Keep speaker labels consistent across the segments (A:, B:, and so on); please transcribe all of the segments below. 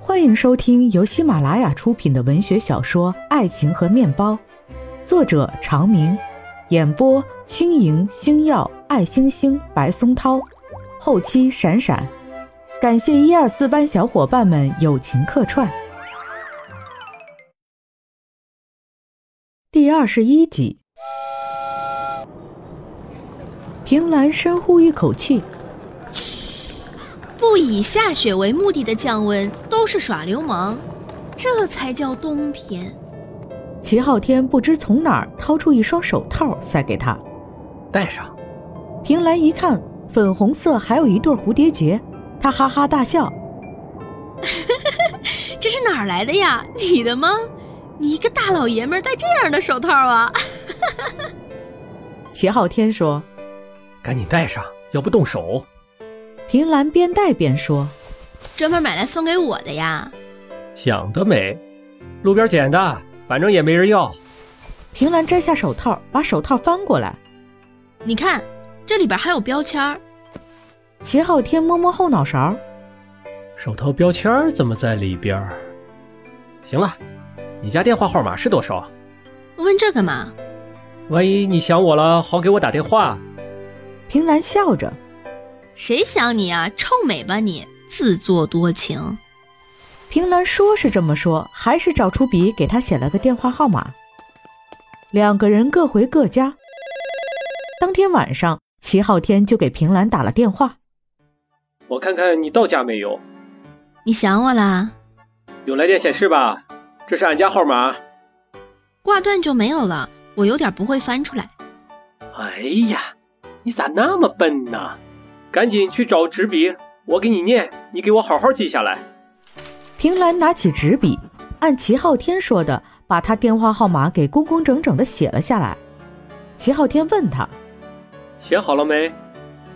A: 欢迎收听由喜马拉雅出品的文学小说《爱情和面包》，作者长明，演播轻盈、星耀、爱星星、白松涛，后期闪闪。感谢一二四班小伙伴们友情客串。第二十一集，平兰深呼一口气，
B: 不以下雪为目的的降温都是耍流氓，这才叫冬天。
A: 齐昊天不知从哪儿掏出一双手套塞给他。
C: 戴上。
A: 平兰一看，粉红色还有一对蝴蝶结，她哈哈大笑。
B: 这是哪儿来的呀？你的吗？你一个大老爷们儿戴这样的手套啊？
A: 齐昊天说
C: 赶紧戴上，要不冻手。：“
A: 平兰边戴边说，
B: 专门买来送给我的呀？
C: 想得美，路边捡的，反正也没人要。
A: 平兰摘下手套，把手套翻过来。
B: 你看，这里边还有标签儿。
A: 齐昊天摸摸后脑勺，
C: 手套标签儿怎么在里边儿？行了，你家电话号码是多少？
B: 问这干嘛？
C: 万一你想我了，好给我打电话。
A: 平兰笑着，
B: 谁想你啊？臭美吧你！自作多情。
A: 平兰说是这么说，还是找出笔给他写了个电话号码。两个人各回各家。当天晚上，齐昊天就给平兰打了电话。
C: 我看看你到家没有，
B: 你想我啦？
C: 有来电显示吧？这是俺家号码。
B: 挂断就没有了，我有点不会翻出来。
C: 哎呀，你咋那么笨呢？赶紧去找纸笔，我给你念，你给我好好记下来。
A: 平兰拿起纸笔，按齐昊天说的，把他电话号码给工工整整的写了下来。齐昊天问他，
C: 写好了没？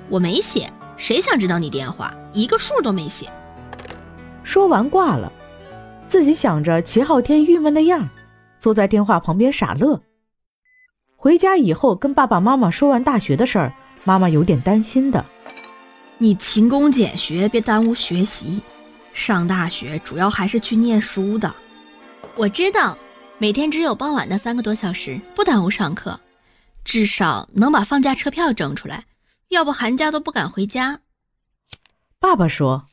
B: 我没写，谁想知道你电话？一个数都没写。
A: 说完挂了，自己想着齐昊天郁闷的样儿，坐在电话旁边傻乐。回家以后跟爸爸妈妈说完大学的事儿，妈妈有点担心的。
B: 你勤工俭学，别耽误学习。上大学主要还是去念书的。我知道，每天只有傍晚的三个多小时，不耽误上课，至少能把放假车票挣出来，要不寒假都不敢回家。
A: 爸爸说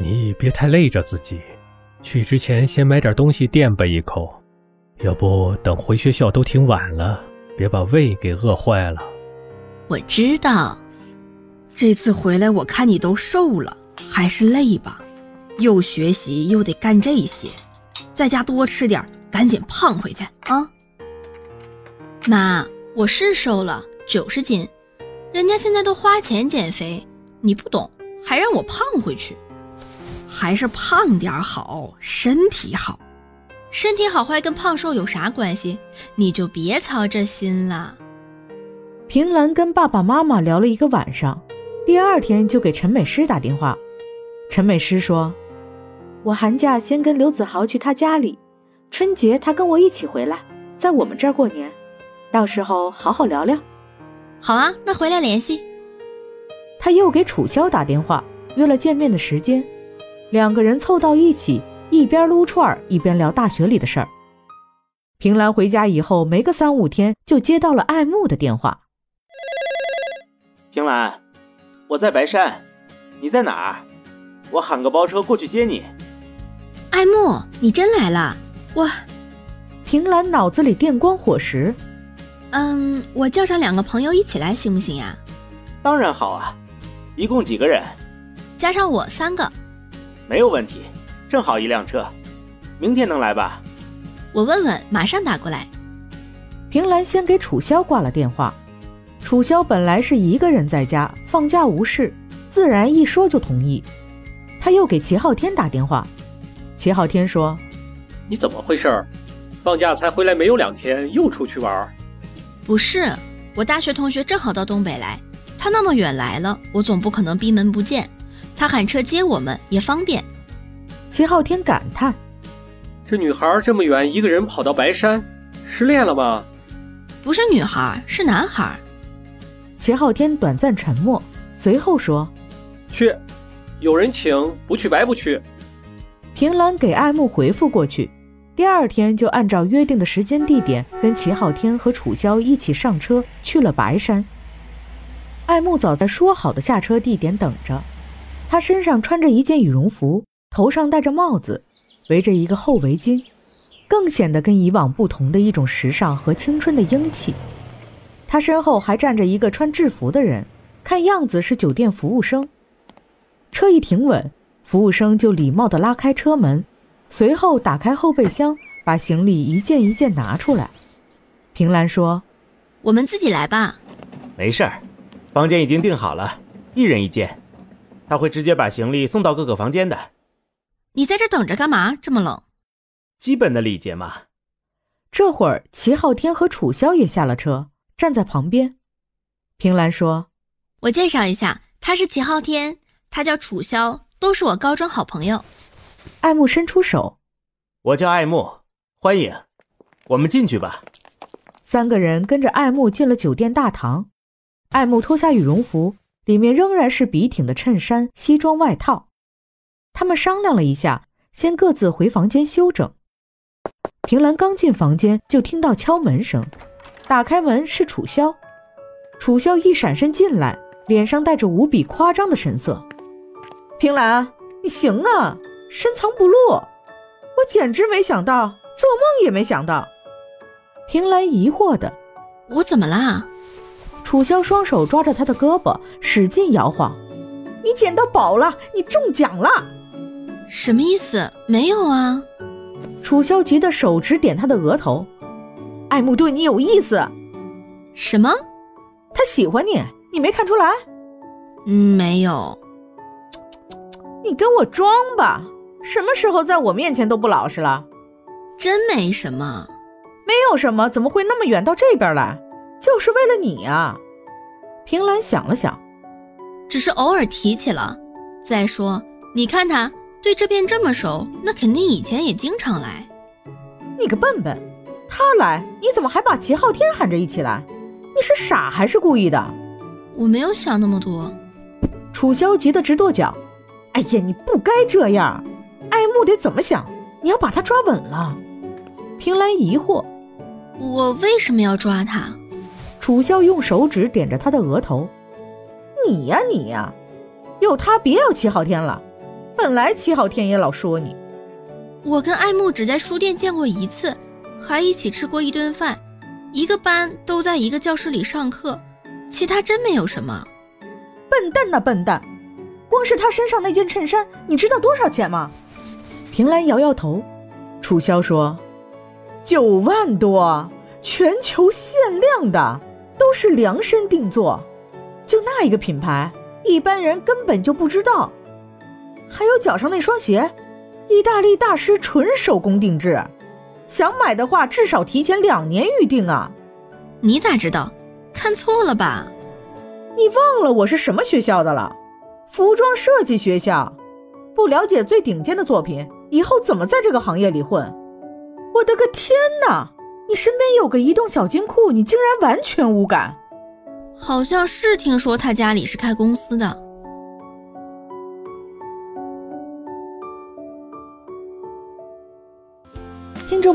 C: 你别太累着自己，去之前先买点东西垫吧一口，要不等回学校都挺晚了，别把胃给饿坏了。
B: 我知道，这次回来我看你都瘦了，还是累吧，又学习又得干这些，在家多吃点儿，赶紧胖回去啊！妈，我是瘦了九十斤，人家现在都花钱减肥，你不懂，还让我胖回去，还是胖点儿好，身体好，身体好坏跟胖瘦有啥关系？你就别操这心了。：“
A: 平兰跟爸爸妈妈聊了一个晚上，第二天就给陈美师打电话。陈美师说：‘我寒假先跟刘子豪去他家里，春节他跟我一起回来，在我们这儿过年，到时候好好聊聊。’
B: 好啊，那回来联系。
A: 他又给楚萧打电话，约了见面的时间。两个人凑到一起，一边撸串儿一边聊大学里的事儿。平兰回家以后，没个三五天就接到了爱慕的电话。
D: 平兰，我在白山，你在哪儿？我喊个包车过去接你。
B: 爱慕，你真来了！我，
A: 平兰脑子里电光火石，
B: 嗯，我叫上两个朋友一起来，行不行呀？
D: 当然好啊，一共几个人？
B: 加上我三个，
D: 没有问题，正好一辆车。明天能来吧？
B: 我问问，马上打过来。
A: 平兰先给楚萧挂了电话。楚萧本来是一个人在家，放假无事，自然一说就同意。他又给齐昊天打电话，齐昊天说
C: 你怎么回事儿？放假才回来没有两天，又出去玩儿？
B: 不是，我大学同学正好到东北来，他那么远来了，我总不可能闭门不见，他喊车接我们也方便。：“
A: 齐昊天感叹。”
C: 这女孩这么远一个人跑到白山，失恋了吗？
B: 不是女孩，是男孩。
A: 齐昊天短暂沉默，随后说
C: 去，有人请，不去白不去。
A: 平兰给爱慕回复过去，第二天就按照约定的时间地点，跟齐昊天和楚萧一起上车去了白山。爱慕早在说好的下车地点等着，他身上穿着一件羽绒服，头上戴着帽子，围着一个厚围巾，更显得跟以往不同的一种时尚和青春的英气。他身后还站着一个穿制服的人，看样子是酒店服务生。车一停稳，服务生就礼貌地拉开车门，随后打开后备箱，把行李一件一件拿出来。平兰说
B: 我们自己来吧。
E: 没事儿，房间已经订好了，一人一间，他会直接把行李送到各个房间的，
B: 你在这等着干嘛？这么冷。
E: 基本的礼节嘛。：“
A: 这会儿齐昊天和楚萧也下了车，站在旁边。”平兰说
B: 我介绍一下，他是齐昊天，他叫楚萧，都是我高中好朋友。：“
A: 爱慕伸出手。
E: 我叫爱慕，欢迎，我们进去吧。”
A: 三个人跟着爱慕进了酒店大堂。爱慕脱下羽绒服，里面仍然是笔挺的衬衫、西装外套。他们商量了一下，先各自回房间休整。平兰刚进房间，就听到敲门声，打开门是楚萧。楚萧一闪身进来，脸上带着无比夸张的神色：“平兰，你行啊，深藏不露！我简直没想到，做梦也没想到。”平兰疑惑的
B: 我怎么啦？
A: 楚萧双手抓着他的胳膊，使劲摇晃：“你捡到宝了，你中奖了
B: 什么意思？没有啊。！”
A: 楚萧急得手直点他的额头：“爱慕对你有意思，
B: 什么？
A: 他喜欢你，你没看出来？
B: 嗯，没有。
A: 你跟我装吧！什么时候在我面前都不老实了？
B: 真没什么。
A: 没有什么，怎么会那么远到这边来？就是为了你啊！”平兰想了想，
B: 只是偶尔提起了。再说，你看他对这边这么熟，那肯定以前也经常来。
A: 你个笨笨，他来你怎么还把齐昊天喊着一起来？你是傻还是故意的？
B: 我没有想那么多，
A: 楚萧急得直跺脚：“哎呀，你不该这样！爱慕得怎么想？你要把他抓稳了。”平兰疑惑，
B: 我为什么要抓他？
A: 楚萧用手指点着他的额头：“你呀、你呀、有他别要齐昊天了。本来齐昊天也老说你，
B: 我跟爱慕只在书店见过一次，还一起吃过一顿饭，一个班都在一个教室里上课，其他真没有什么。
A: 笨蛋呐、笨蛋！光是他身上那件衬衫，你知道多少钱吗？”平兰摇摇头，楚萧说：“九万多，全球限量的，都是量身定做，就那一个品牌，一般人根本就不知道。还有脚上那双鞋，意大利大师纯手工定制，想买的话至少提前两年预定啊！
B: 你咋知道？看错了吧？
A: 忘了我是什么学校的了，服装设计学校。不了解最顶尖的作品，以后怎么在这个行业里混？我的个天哪！你身边有个移动小金库，你竟然完全无感。
B: 好像是听说他家里是开公司的。
A: 听众